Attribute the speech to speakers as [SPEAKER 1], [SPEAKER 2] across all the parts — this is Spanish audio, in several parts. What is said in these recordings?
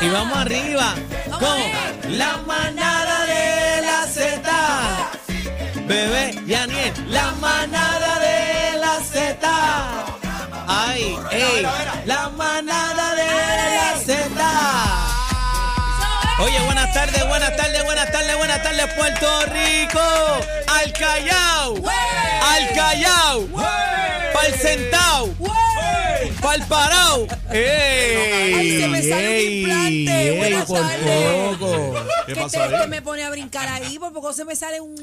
[SPEAKER 1] Y vamos arriba con la manada de la Z. Bebé y Aniel, la manada de la Z. Ay, ey, la manada de la Z. Oye, buenas tardes, buenas tardes, buenas tardes, buenas tardes, Puerto Rico. Al Callao. Al Callao. Pa'l Centao. Pa'l Parao. ¡Ey!
[SPEAKER 2] Ay, se me sale un
[SPEAKER 1] ey,
[SPEAKER 2] implante.
[SPEAKER 1] ey,
[SPEAKER 2] Buenas
[SPEAKER 1] por
[SPEAKER 2] tardes.
[SPEAKER 1] poco.
[SPEAKER 2] ¿Qué
[SPEAKER 3] pasó
[SPEAKER 2] te-
[SPEAKER 3] ahí?
[SPEAKER 2] que me pone a brincar ahí? Por poco se me sale un,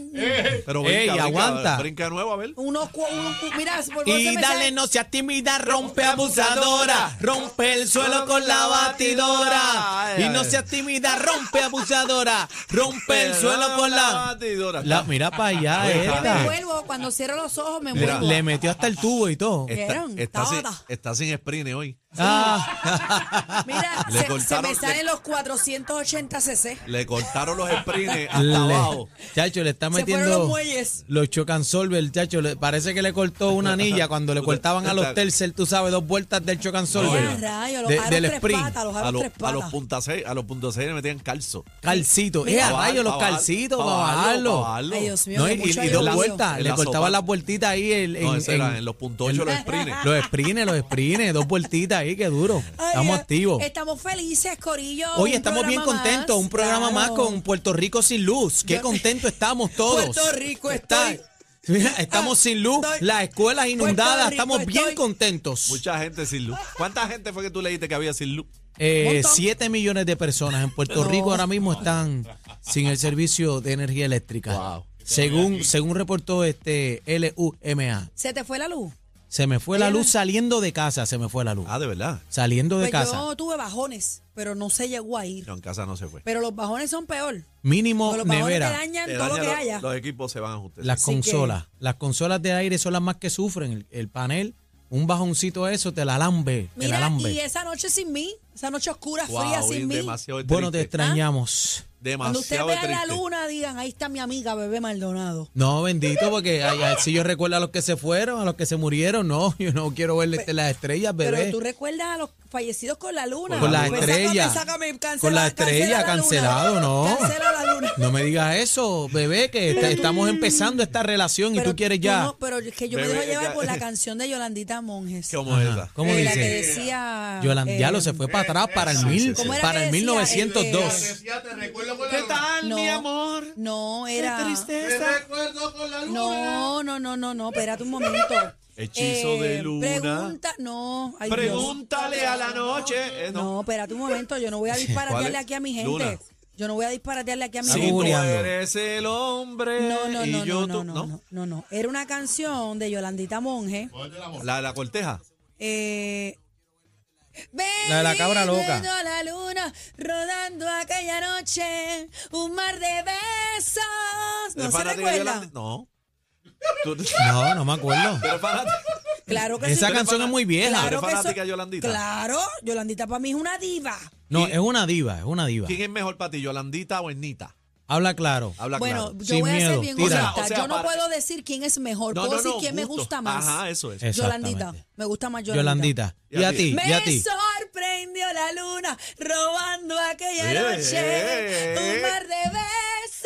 [SPEAKER 3] Pero
[SPEAKER 1] Ey, aguanta.
[SPEAKER 3] Brinca de nuevo, a ver.
[SPEAKER 2] unos cu- un cu- mira, por poco se
[SPEAKER 1] Y
[SPEAKER 2] me
[SPEAKER 1] dale,
[SPEAKER 2] sale.
[SPEAKER 1] no seas tímida, rompe abusadora, rompe el suelo con la batidora. Y no seas tímida, rompe abusadora, rompe el suelo con la...
[SPEAKER 3] batidora.
[SPEAKER 1] la mira para allá,
[SPEAKER 3] Oye,
[SPEAKER 2] Que
[SPEAKER 1] esta.
[SPEAKER 2] me vuelvo, cuando cierro los ojos me
[SPEAKER 3] Mira, Este
[SPEAKER 2] vuelvo.
[SPEAKER 1] Le metió hasta el tubo y todo.
[SPEAKER 3] está,
[SPEAKER 2] ¿Vieron?
[SPEAKER 3] está, sin,
[SPEAKER 2] Tabata.
[SPEAKER 3] está sin sprint hoy.
[SPEAKER 1] Ah,
[SPEAKER 2] mira,
[SPEAKER 3] le
[SPEAKER 2] se, se
[SPEAKER 3] cortaron-
[SPEAKER 2] me
[SPEAKER 3] le-
[SPEAKER 2] salen los 480 cc.
[SPEAKER 3] Le cortaron los sprints hasta
[SPEAKER 1] le-
[SPEAKER 3] abajo.
[SPEAKER 1] chacho, le está
[SPEAKER 2] fueron
[SPEAKER 1] metiendo
[SPEAKER 2] los muelles.
[SPEAKER 1] Los chocan solver, chacho. le- parece que le cortó una anilla cuando le
[SPEAKER 3] Usted-
[SPEAKER 1] cortaban a los
[SPEAKER 3] usted-
[SPEAKER 1] Telcel, tú sabes, dos vueltas del chocan
[SPEAKER 2] Mira,
[SPEAKER 1] solver.
[SPEAKER 2] rayos, los
[SPEAKER 1] De-
[SPEAKER 2] aros
[SPEAKER 1] del
[SPEAKER 2] tres
[SPEAKER 1] sprint.
[SPEAKER 2] patas, los aros
[SPEAKER 3] A los,
[SPEAKER 2] tres
[SPEAKER 3] a los
[SPEAKER 2] patas.
[SPEAKER 3] punta seis, a los punta seis le metían calzo.
[SPEAKER 1] Calcito, eh,
[SPEAKER 2] Mira.
[SPEAKER 1] a rayos, los
[SPEAKER 3] Pa' bajar-
[SPEAKER 1] calcitos,
[SPEAKER 3] pa'
[SPEAKER 1] para
[SPEAKER 3] bajarlo,
[SPEAKER 1] bajarlo.
[SPEAKER 3] pa' bajarlo.
[SPEAKER 2] Ay, Dios mío,
[SPEAKER 1] No,
[SPEAKER 2] que
[SPEAKER 1] y, y-
[SPEAKER 2] mucho
[SPEAKER 1] y dos
[SPEAKER 2] ayudazo.
[SPEAKER 1] vueltas,
[SPEAKER 3] El
[SPEAKER 1] le
[SPEAKER 3] lazo,
[SPEAKER 1] cortaban
[SPEAKER 3] papi.
[SPEAKER 1] las vueltitas ahí. el-
[SPEAKER 3] No, ese era en los puntos ocho, los
[SPEAKER 1] en-
[SPEAKER 3] sprints.
[SPEAKER 1] Los sprines, los sprines, dos vueltitas ahí, qué duro.
[SPEAKER 2] Ay,
[SPEAKER 1] Estamos
[SPEAKER 2] eh,
[SPEAKER 1] activos.
[SPEAKER 2] Estamos felices, Corillo.
[SPEAKER 1] Hoy
[SPEAKER 2] un
[SPEAKER 1] estamos bien
[SPEAKER 2] programa
[SPEAKER 1] contentos,
[SPEAKER 2] más,
[SPEAKER 1] un programa más
[SPEAKER 2] claro.
[SPEAKER 1] con Puerto Rico sin luz. Qué
[SPEAKER 2] Yo-
[SPEAKER 1] contento estamos todos.
[SPEAKER 2] Puerto Rico,
[SPEAKER 1] Está-
[SPEAKER 2] estoy-
[SPEAKER 1] Mira, estamos
[SPEAKER 2] Ah,
[SPEAKER 1] sin luz,
[SPEAKER 2] estoy-
[SPEAKER 1] las escuelas inundadas,
[SPEAKER 2] Rico,
[SPEAKER 1] estamos bien
[SPEAKER 2] estoy-
[SPEAKER 1] contentos.
[SPEAKER 3] Mucha gente sin luz. ¿Cuánta gente fue que tú leíste que había sin luz?
[SPEAKER 1] Eh,
[SPEAKER 2] montón.
[SPEAKER 1] 7 millones de personas en Puerto
[SPEAKER 2] No.
[SPEAKER 1] Rico ahora mismo están sin el servicio de energía eléctrica.
[SPEAKER 3] Wow.
[SPEAKER 1] Según, según reportó este LUMA.
[SPEAKER 2] ¿Se te fue la luz?
[SPEAKER 1] Se me fue la
[SPEAKER 2] Mira.
[SPEAKER 1] luz saliendo de casa, se me fue la luz.
[SPEAKER 3] Ah, de verdad.
[SPEAKER 1] Saliendo de
[SPEAKER 2] Pues
[SPEAKER 1] casa.
[SPEAKER 2] yo tuve bajones, pero no se llegó a ir.
[SPEAKER 3] No, en casa no se fue.
[SPEAKER 2] Pero los bajones son peor.
[SPEAKER 1] Mínimo
[SPEAKER 2] Porque los bajones te
[SPEAKER 1] nevera.
[SPEAKER 2] dañan
[SPEAKER 3] Te
[SPEAKER 2] todo lo
[SPEAKER 3] daña
[SPEAKER 2] que
[SPEAKER 3] lo-
[SPEAKER 2] haya.
[SPEAKER 3] Los equipos se van a ajustar.
[SPEAKER 1] Las
[SPEAKER 2] Así que-
[SPEAKER 1] consolas. Las consolas de aire son las más que sufren. El, el panel, un bajoncito eso, te la lambe. te la
[SPEAKER 2] Mira,
[SPEAKER 1] lambe.
[SPEAKER 2] y esa noche sin mí, esa noche oscura,
[SPEAKER 3] Wow,
[SPEAKER 2] fría, sin
[SPEAKER 3] bien,
[SPEAKER 2] mí.
[SPEAKER 3] demasiado triste.
[SPEAKER 1] Bueno, te extrañamos.
[SPEAKER 2] Cuando ustedes
[SPEAKER 3] Demasiado
[SPEAKER 2] vean la
[SPEAKER 3] triste.
[SPEAKER 2] luna, digan, ahí está mi amiga, bebé Maldonado.
[SPEAKER 1] No, bendito, porque ay, ay, si yo recuerdo a los que se fueron, a los que se murieron, no, yo no quiero verle este- las estrellas, bebé.
[SPEAKER 2] Pero tú recuerdas a los fallecidos con la luna.
[SPEAKER 1] Con las
[SPEAKER 2] Pues sácame,
[SPEAKER 1] estrellas.
[SPEAKER 2] sácame, cancela-
[SPEAKER 1] Con las
[SPEAKER 2] cancela
[SPEAKER 1] estrellas,
[SPEAKER 2] la luna.
[SPEAKER 1] cancelado, no.
[SPEAKER 2] Cancela la luna.
[SPEAKER 1] No me digas eso, bebé, que est- estamos empezando esta relación y tú quieres ya.
[SPEAKER 2] no, pero es que yo me
[SPEAKER 3] Bebé,
[SPEAKER 2] dejo llevar
[SPEAKER 3] ya.
[SPEAKER 2] por la canción de Yolandita Monjes.
[SPEAKER 3] ¿Cómo es esa?
[SPEAKER 1] ¿Cómo
[SPEAKER 2] Eh, La que
[SPEAKER 1] dice?
[SPEAKER 2] decía.
[SPEAKER 1] Yolanda, ya
[SPEAKER 2] eh,
[SPEAKER 1] lo se fue para atrás, para el, mil,
[SPEAKER 3] sí, sí.
[SPEAKER 2] ¿Cómo era
[SPEAKER 1] para el
[SPEAKER 2] que decía?
[SPEAKER 1] 1902.
[SPEAKER 4] Ya te recuerdo con
[SPEAKER 3] ¿Qué
[SPEAKER 4] la luna.
[SPEAKER 3] tal,
[SPEAKER 2] No.
[SPEAKER 3] mi amor?
[SPEAKER 2] No, era.
[SPEAKER 3] Qué
[SPEAKER 4] Te
[SPEAKER 3] tristeza.
[SPEAKER 4] recuerdo con la luna.
[SPEAKER 2] No, no, no, no, no, espérate un momento. Eh,
[SPEAKER 3] Hechizo de luna.
[SPEAKER 2] Pregunta, no. ay, Dios.
[SPEAKER 3] Pregúntale a la noche. Eh, no.
[SPEAKER 2] No, espérate un momento, yo no voy a
[SPEAKER 3] ¿Cuál
[SPEAKER 2] disparatearle
[SPEAKER 3] es?
[SPEAKER 2] aquí a mi gente.
[SPEAKER 3] Luna.
[SPEAKER 2] Yo no voy a disparatearle aquí a mi
[SPEAKER 1] Sí,
[SPEAKER 3] Si
[SPEAKER 2] gente.
[SPEAKER 3] tú
[SPEAKER 1] Googleando.
[SPEAKER 3] eres el hombre
[SPEAKER 2] No, no,
[SPEAKER 3] y
[SPEAKER 2] no,
[SPEAKER 3] yo
[SPEAKER 2] no,
[SPEAKER 3] tú-
[SPEAKER 2] no, no, no, no, no. Era una canción de Yolandita Monge.
[SPEAKER 3] La de la corteja.
[SPEAKER 2] Eh,
[SPEAKER 1] La de la cabra
[SPEAKER 2] Bendito
[SPEAKER 1] loca.
[SPEAKER 2] a la luna rodando aquella noche un mar de besos. ¿No se
[SPEAKER 3] Prepárate que
[SPEAKER 2] recuerda?
[SPEAKER 3] Yolanda- No. Tú-
[SPEAKER 1] No, no me acuerdo.
[SPEAKER 3] prepárate.
[SPEAKER 2] Claro que
[SPEAKER 1] Esa
[SPEAKER 2] sí.
[SPEAKER 1] canción es muy vieja.
[SPEAKER 3] ¿Eres
[SPEAKER 2] Claro que
[SPEAKER 3] fanática
[SPEAKER 2] eso-
[SPEAKER 3] de Yolandita?
[SPEAKER 2] Claro, Yolandita para mí es una diva.
[SPEAKER 1] No, es una diva, es una diva.
[SPEAKER 3] ¿Quién es mejor para ti, Yolandita o Ernita?
[SPEAKER 1] Habla claro.
[SPEAKER 3] Habla
[SPEAKER 2] bueno,
[SPEAKER 3] claro.
[SPEAKER 2] yo
[SPEAKER 1] Sin
[SPEAKER 2] voy a ser
[SPEAKER 1] miedo,
[SPEAKER 2] bien
[SPEAKER 1] tira.
[SPEAKER 2] honesta.
[SPEAKER 3] O sea,
[SPEAKER 2] yo no
[SPEAKER 3] para-
[SPEAKER 2] puedo decir quién es mejor.
[SPEAKER 3] No,
[SPEAKER 2] puedo
[SPEAKER 3] no,
[SPEAKER 2] decir
[SPEAKER 3] no,
[SPEAKER 2] quién me
[SPEAKER 3] gusto.
[SPEAKER 2] gusta más.
[SPEAKER 3] Ajá, eso
[SPEAKER 1] Eh,
[SPEAKER 3] es.
[SPEAKER 1] Exactamente.
[SPEAKER 2] Yolandita. Me gusta más Yolandita.
[SPEAKER 1] Yolandita. ¿Y a ti? ¿Y a
[SPEAKER 2] Me
[SPEAKER 1] ti?
[SPEAKER 2] sorprendió la luna robando aquella
[SPEAKER 3] Bien.
[SPEAKER 2] noche un mar de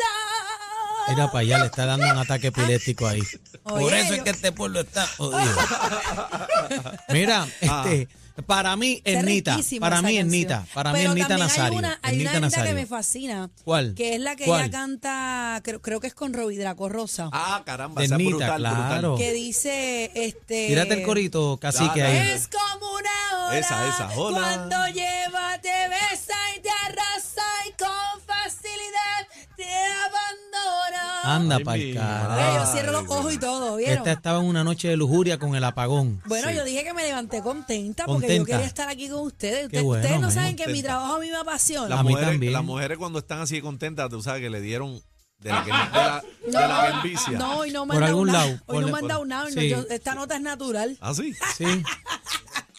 [SPEAKER 2] besos.
[SPEAKER 1] Era para allá, le está dando un ataque epiléptico ahí. Por
[SPEAKER 2] Oye,
[SPEAKER 1] eso es
[SPEAKER 2] yo-
[SPEAKER 1] que este pueblo está jodido. Mira,
[SPEAKER 3] Ah.
[SPEAKER 1] este, para mí,
[SPEAKER 2] Está
[SPEAKER 1] Ernita.
[SPEAKER 2] riquísima
[SPEAKER 1] Para
[SPEAKER 2] esa
[SPEAKER 1] mí,
[SPEAKER 2] canción.
[SPEAKER 1] Ernita. Para mí,
[SPEAKER 2] Pero
[SPEAKER 1] Ernita
[SPEAKER 2] también
[SPEAKER 1] Nazario.
[SPEAKER 2] Hay una, hay
[SPEAKER 1] Ernita
[SPEAKER 2] una Ernita que
[SPEAKER 1] Nazario.
[SPEAKER 2] me fascina.
[SPEAKER 1] ¿Cuál?
[SPEAKER 2] Que es la que
[SPEAKER 1] ¿Cuál?
[SPEAKER 2] ella canta, creo, creo que es con Roidraco Rosa.
[SPEAKER 3] Ah, caramba,
[SPEAKER 1] De
[SPEAKER 3] esa es
[SPEAKER 1] Nita,
[SPEAKER 3] brutal,
[SPEAKER 1] claro.
[SPEAKER 3] brutal.
[SPEAKER 2] Que dice, este...
[SPEAKER 1] Oh. Tírate el corito, cacique
[SPEAKER 3] Dale.
[SPEAKER 1] ahí.
[SPEAKER 2] Es como una hora
[SPEAKER 3] Esa, esa, hola.
[SPEAKER 2] cuando lleva, te besa y te arrasa y con facilidad te abandona.
[SPEAKER 1] Anda
[SPEAKER 3] Ay,
[SPEAKER 1] pa'l
[SPEAKER 3] mi
[SPEAKER 1] carajo.
[SPEAKER 3] madre.
[SPEAKER 2] Oye, yo cierro los ojos y todo, ¿vieron?
[SPEAKER 1] Esta estaba en una noche de lujuria con el apagón.
[SPEAKER 2] Bueno,
[SPEAKER 3] Sí.
[SPEAKER 2] yo dije que me levanté contenta, porque yo
[SPEAKER 1] Contenta.
[SPEAKER 2] quería estar aquí con ustedes. Ustedes,
[SPEAKER 1] bueno,
[SPEAKER 2] ustedes no
[SPEAKER 1] men,
[SPEAKER 2] saben que mi
[SPEAKER 3] contenta.
[SPEAKER 2] trabajo a mí me apasiona.
[SPEAKER 1] a
[SPEAKER 3] Las
[SPEAKER 1] mí
[SPEAKER 3] mujeres,
[SPEAKER 1] también.
[SPEAKER 3] las mujeres cuando están así contentas, tú sabes que le dieron de la que, de la, de la que envicia.
[SPEAKER 2] No, hoy no me
[SPEAKER 1] Por
[SPEAKER 2] han dado
[SPEAKER 1] algún
[SPEAKER 2] nada.
[SPEAKER 1] lado,
[SPEAKER 2] Hoy no
[SPEAKER 1] ponle-
[SPEAKER 2] me han dado
[SPEAKER 1] por-
[SPEAKER 2] nada. hoy no,
[SPEAKER 1] sí.
[SPEAKER 2] yo- esta nota es natural.
[SPEAKER 3] ¿Ah, sí?
[SPEAKER 1] Sí.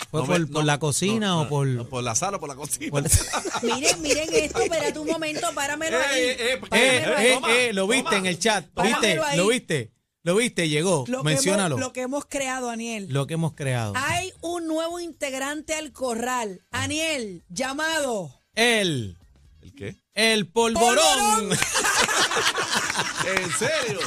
[SPEAKER 1] ¿Fue
[SPEAKER 3] No me-
[SPEAKER 1] por, por
[SPEAKER 3] no,
[SPEAKER 1] la cocina
[SPEAKER 3] no,
[SPEAKER 1] o por...?
[SPEAKER 3] no, por la sala o por la cocina?
[SPEAKER 1] por-
[SPEAKER 2] miren, miren esto. Espérate un momento, páramelo ahí.
[SPEAKER 3] Eh, eh, eh,
[SPEAKER 1] Eh,
[SPEAKER 2] páramelo ahí.
[SPEAKER 1] eh, eh, lo viste en el chat.
[SPEAKER 2] Páramelo
[SPEAKER 1] ¿Viste?
[SPEAKER 2] ahí.
[SPEAKER 1] ¿Lo viste? ¿Lo viste? Llegó.
[SPEAKER 2] Lo que
[SPEAKER 1] Menciónalo.
[SPEAKER 2] hemos- lo que hemos creado, Aniel.
[SPEAKER 1] lo que hemos creado.
[SPEAKER 2] Hay un nuevo integrante al corral. Aniel, llamado.
[SPEAKER 5] El,
[SPEAKER 3] ¿El qué?
[SPEAKER 5] el polvorón.
[SPEAKER 3] ¿En serio?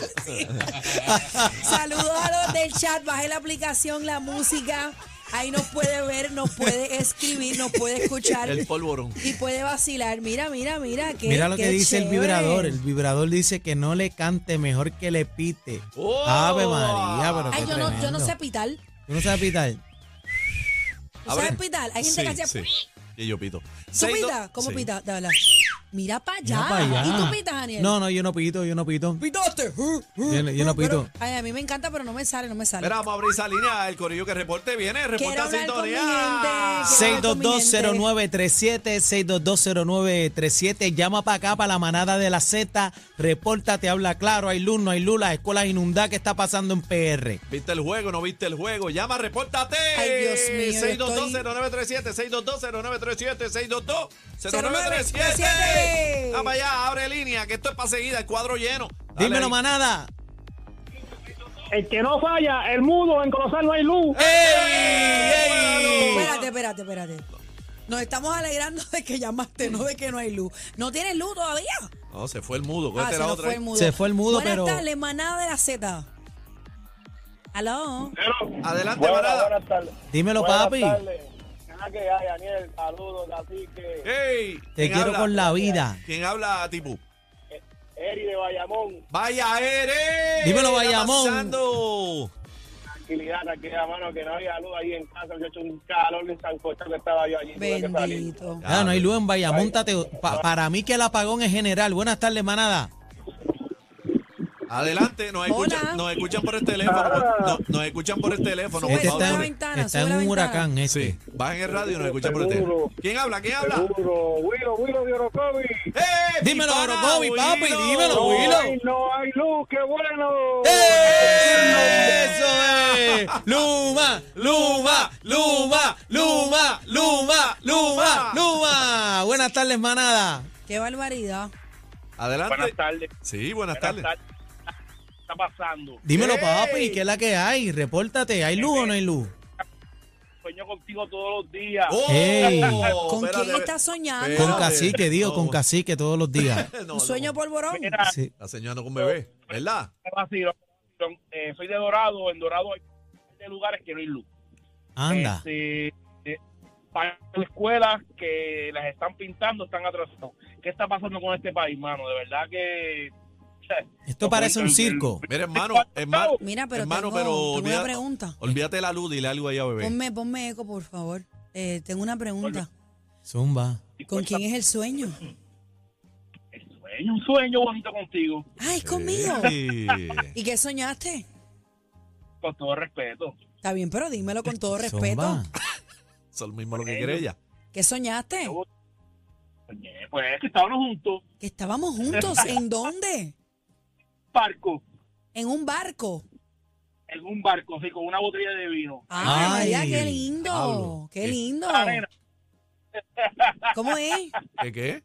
[SPEAKER 2] Saludos a los del chat. Baje la aplicación, la música. Ahí nos puede ver, nos puede escribir, nos puede escuchar
[SPEAKER 3] El polvorón.
[SPEAKER 2] y puede vacilar. Mira, mira, mira. Qué,
[SPEAKER 1] Mira lo que
[SPEAKER 2] qué
[SPEAKER 1] dice el
[SPEAKER 2] chévere.
[SPEAKER 1] vibrador. El vibrador dice que no le cante, mejor que le pite.
[SPEAKER 3] ¡Oh!
[SPEAKER 1] Ave María, pero
[SPEAKER 2] Ay,
[SPEAKER 1] qué
[SPEAKER 2] yo no, yo no
[SPEAKER 1] tremendo.
[SPEAKER 2] sé pitar.
[SPEAKER 1] Tú no sabes pitar.
[SPEAKER 2] ¿Tú sabes pitar? Hay gente que hace...
[SPEAKER 3] Que yo pito.
[SPEAKER 2] ¿Tú
[SPEAKER 3] Seis, dos-
[SPEAKER 2] pitas? ¿Cómo
[SPEAKER 3] sí.
[SPEAKER 2] pitas? Dale. Mira para allá.
[SPEAKER 1] Mira pa' allá.
[SPEAKER 2] ¿Y tú pitas, Daniel?
[SPEAKER 1] No, no, yo no pito, yo no pito.
[SPEAKER 2] ¿Pitaste? Uh,
[SPEAKER 3] Uh,
[SPEAKER 1] Yo no- yo no pito.
[SPEAKER 2] Ay, a mí me encanta, pero no me sale, no me sale.
[SPEAKER 3] Espera, vamos a abrir esa línea. El corillo que reporte viene.
[SPEAKER 2] Quiero
[SPEAKER 3] Reporta
[SPEAKER 2] hablar con mi
[SPEAKER 3] sintonía.
[SPEAKER 2] gente. Quiero-
[SPEAKER 1] 6220937, 6220937, llama para acá, para la manada de la Z, repórtate, habla claro, hay luz, no hay luz, las escuelas inundadas, ¿qué está pasando en PR?
[SPEAKER 3] ¿Viste el juego? ¿No viste el juego? Llama, repórtate.
[SPEAKER 2] Ay, Dios mío, yo
[SPEAKER 3] 622-0937, 622-0937,
[SPEAKER 2] 0937.
[SPEAKER 3] 622-0937. Vamos allá, abre línea, que esto es para seguida, el cuadro lleno. Dale
[SPEAKER 1] Dímelo,
[SPEAKER 3] ahí.
[SPEAKER 1] manada.
[SPEAKER 6] El que no falla, el mudo, en Colosal no hay luz.
[SPEAKER 3] ¡Ey! ¡Ey!
[SPEAKER 2] Espérate, espérate, espérate. Nos estamos alegrando de que llamaste, no de que no hay luz. ¿No tienes luz todavía?
[SPEAKER 3] No, se fue el mudo.
[SPEAKER 2] Ah,
[SPEAKER 3] Cógete
[SPEAKER 2] se
[SPEAKER 3] la
[SPEAKER 2] nos
[SPEAKER 3] otra.
[SPEAKER 2] fue
[SPEAKER 3] ahí.
[SPEAKER 2] el mudo.
[SPEAKER 1] Se fue el mudo,
[SPEAKER 2] Buenas
[SPEAKER 1] pero-
[SPEAKER 2] tardes, manada de la Z. Aló.
[SPEAKER 3] Adelante,
[SPEAKER 6] Buenas,
[SPEAKER 3] manada.
[SPEAKER 6] buenas tardes.
[SPEAKER 1] Dímelo,
[SPEAKER 6] Buenas
[SPEAKER 1] papi.
[SPEAKER 6] tardes. Nada que hay, Daniel. Saludos, así que
[SPEAKER 3] ¡Ey!
[SPEAKER 1] Te
[SPEAKER 3] ¿Quién
[SPEAKER 1] quiero
[SPEAKER 3] habla?
[SPEAKER 1] con la vida.
[SPEAKER 3] ¿Quién habla, Tipu?
[SPEAKER 6] Eri de Bayamón.
[SPEAKER 3] ¡Vaya, Ere!
[SPEAKER 1] Dímelo,
[SPEAKER 3] ¿Qué está
[SPEAKER 1] Bayamón.
[SPEAKER 3] pasando?
[SPEAKER 6] Tranquilidad, tranquila, mano, que no había luz ahí en casa. Yo he hecho un calor de sancocho que estaba yo allí. tuve que salir.
[SPEAKER 2] Bendito.
[SPEAKER 1] Ah, no hay luz en Bayamón, tate- pa- para mí que el apagón es general. Buenas tardes, manada.
[SPEAKER 3] Adelante,
[SPEAKER 2] Hola.
[SPEAKER 3] nos escuchan, nos escuchan por el teléfono. no- nos escuchan por el teléfono, por
[SPEAKER 1] Este
[SPEAKER 2] sube
[SPEAKER 1] está
[SPEAKER 2] la
[SPEAKER 3] favor.
[SPEAKER 1] en,
[SPEAKER 2] ventana,
[SPEAKER 1] está
[SPEAKER 2] sube
[SPEAKER 1] en
[SPEAKER 2] la
[SPEAKER 1] un
[SPEAKER 2] ventana.
[SPEAKER 1] huracán este.
[SPEAKER 3] Sí, bajen el radio y nos escuchan por el teléfono. ¿Quién habla? ¿Quién habla?
[SPEAKER 6] Seguro, Willow, Willow de Orocovi.
[SPEAKER 3] ¡Eh, mi
[SPEAKER 1] Dímelo,
[SPEAKER 3] pana,
[SPEAKER 1] Orocovi, papi,
[SPEAKER 3] Willow!
[SPEAKER 1] dímelo, Willow. Eh.
[SPEAKER 6] Ay, no hay luz, qué bueno.
[SPEAKER 1] ¡Eso es! ¡Luma, Luma, Luma, Luma, Luma, Luma, Luma! Buenas tardes, manada.
[SPEAKER 2] Qué barbaridad.
[SPEAKER 3] Adelante.
[SPEAKER 7] Buenas tardes.
[SPEAKER 3] Sí, buenas, tardes.
[SPEAKER 7] Buenas tardes. ¿Qué está pasando?
[SPEAKER 1] Dímelo,
[SPEAKER 3] ¡Ey!
[SPEAKER 1] papi, ¿qué es la que hay? Repórtate, ¿hay luz o no hay luz?
[SPEAKER 7] Sueño contigo todos los días.
[SPEAKER 3] ¡Oh!
[SPEAKER 1] ¡Ey!
[SPEAKER 2] ¿Con
[SPEAKER 3] espérate.
[SPEAKER 2] quién estás soñando?
[SPEAKER 1] Con
[SPEAKER 3] Espérate.
[SPEAKER 1] cacique, Dios,
[SPEAKER 3] No.
[SPEAKER 1] con cacique todos los días.
[SPEAKER 3] No,
[SPEAKER 2] ¿Un
[SPEAKER 3] no,
[SPEAKER 2] sueño polvorón?
[SPEAKER 7] Mira,
[SPEAKER 1] Sí.
[SPEAKER 3] Está soñando con bebé, ¿verdad?
[SPEAKER 7] qué vacilón. Eh, soy de Dorado. En Dorado hay de lugares que no hay luz.
[SPEAKER 1] Anda.
[SPEAKER 7] Este, eh, para las escuelas que las están pintando están atrasados. ¿Qué está pasando con este país, mano? De verdad que...
[SPEAKER 1] Esto parece un circo.
[SPEAKER 3] Mira, hermano, hermano,
[SPEAKER 2] Mira, pero
[SPEAKER 3] hermano,
[SPEAKER 2] tengo,
[SPEAKER 3] pero
[SPEAKER 2] tengo
[SPEAKER 3] olvida-
[SPEAKER 2] una pregunta.
[SPEAKER 3] olvídate la luz, dile algo allá, bebé.
[SPEAKER 2] Ponme, ponme eco, por favor. Eh, tengo una pregunta.
[SPEAKER 1] Zumba.
[SPEAKER 2] ¿Con quién es el sueño?
[SPEAKER 7] El sueño, un sueño bonito contigo.
[SPEAKER 2] Ah, es conmigo.
[SPEAKER 3] Sí.
[SPEAKER 2] ¿Y qué soñaste?
[SPEAKER 7] Con todo respeto.
[SPEAKER 2] Está bien, pero dímelo con todo respeto.
[SPEAKER 1] Zumba.
[SPEAKER 3] Eso es lo mismo lo que quiere ella.
[SPEAKER 2] ¿Qué soñaste?
[SPEAKER 7] Soñé, Pues es que estábamos juntos.
[SPEAKER 2] Que estábamos juntos. ¿En dónde?
[SPEAKER 7] Parco.
[SPEAKER 2] En un barco.
[SPEAKER 7] En un barco, así, con una botella de vino.
[SPEAKER 2] Ay,
[SPEAKER 1] Ay,
[SPEAKER 2] María, qué lindo.
[SPEAKER 3] Pablo.
[SPEAKER 2] Qué
[SPEAKER 3] Qué
[SPEAKER 2] lindo.
[SPEAKER 1] Ah.
[SPEAKER 7] arena.
[SPEAKER 2] ¿Cómo es?
[SPEAKER 3] ¿Qué qué?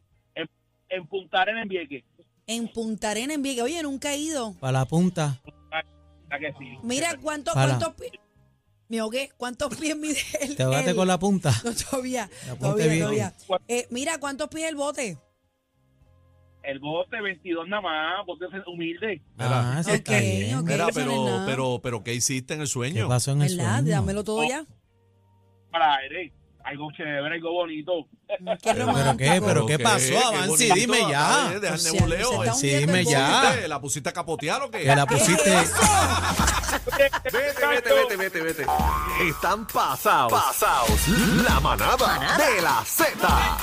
[SPEAKER 7] en Punta Arenas, en Vieques.
[SPEAKER 2] En Punta Arena, en Vieques. Oye, nunca he ido.
[SPEAKER 1] Para la punta.
[SPEAKER 7] ¿A que sí?
[SPEAKER 2] Mira cuántos,
[SPEAKER 1] Para.
[SPEAKER 2] cuántos pies. Mío, ¿qué? ¿Cuántos pies mide el,
[SPEAKER 1] Te bate
[SPEAKER 2] el-
[SPEAKER 1] con la punta.
[SPEAKER 2] No, todavía,
[SPEAKER 1] Apunte
[SPEAKER 2] todavía,
[SPEAKER 1] bien.
[SPEAKER 2] todavía. Eh, mira, ¿cuántos pies el bote?
[SPEAKER 7] El bote 22 nada más, bote humilde.
[SPEAKER 1] Ah, eso está
[SPEAKER 2] Ok,
[SPEAKER 1] bien.
[SPEAKER 2] ok. eso
[SPEAKER 3] Mira,
[SPEAKER 2] no es
[SPEAKER 3] pero,
[SPEAKER 2] nada.
[SPEAKER 3] pero, pero, ¿qué hiciste en el
[SPEAKER 1] ¿Qué
[SPEAKER 3] sueño?
[SPEAKER 1] pasó en el
[SPEAKER 2] ¿Verdad?
[SPEAKER 1] sueño?
[SPEAKER 2] Dámelo todo ya.
[SPEAKER 7] Para aire. Algo chévere, algo bonito.
[SPEAKER 2] Qué
[SPEAKER 1] Pero, pero
[SPEAKER 2] romántico.
[SPEAKER 1] qué, pero qué
[SPEAKER 3] ¿Qué?
[SPEAKER 1] pasó,
[SPEAKER 3] Qué
[SPEAKER 1] Avanzi,
[SPEAKER 3] bonito,
[SPEAKER 1] dime
[SPEAKER 3] está bien,
[SPEAKER 1] ya.
[SPEAKER 3] Deja el
[SPEAKER 2] O sea,
[SPEAKER 3] nebuleo.
[SPEAKER 2] Pues se está
[SPEAKER 3] ¿La
[SPEAKER 1] Sí,
[SPEAKER 2] hundiendo
[SPEAKER 1] dime
[SPEAKER 2] el
[SPEAKER 1] ya.
[SPEAKER 3] pusiste- ¿La pusiste a capotear o qué?
[SPEAKER 1] Que la pusiste.
[SPEAKER 3] Vete, vete, vete, vete, vete.
[SPEAKER 8] Están pasados. Pasados. La manada de la Z.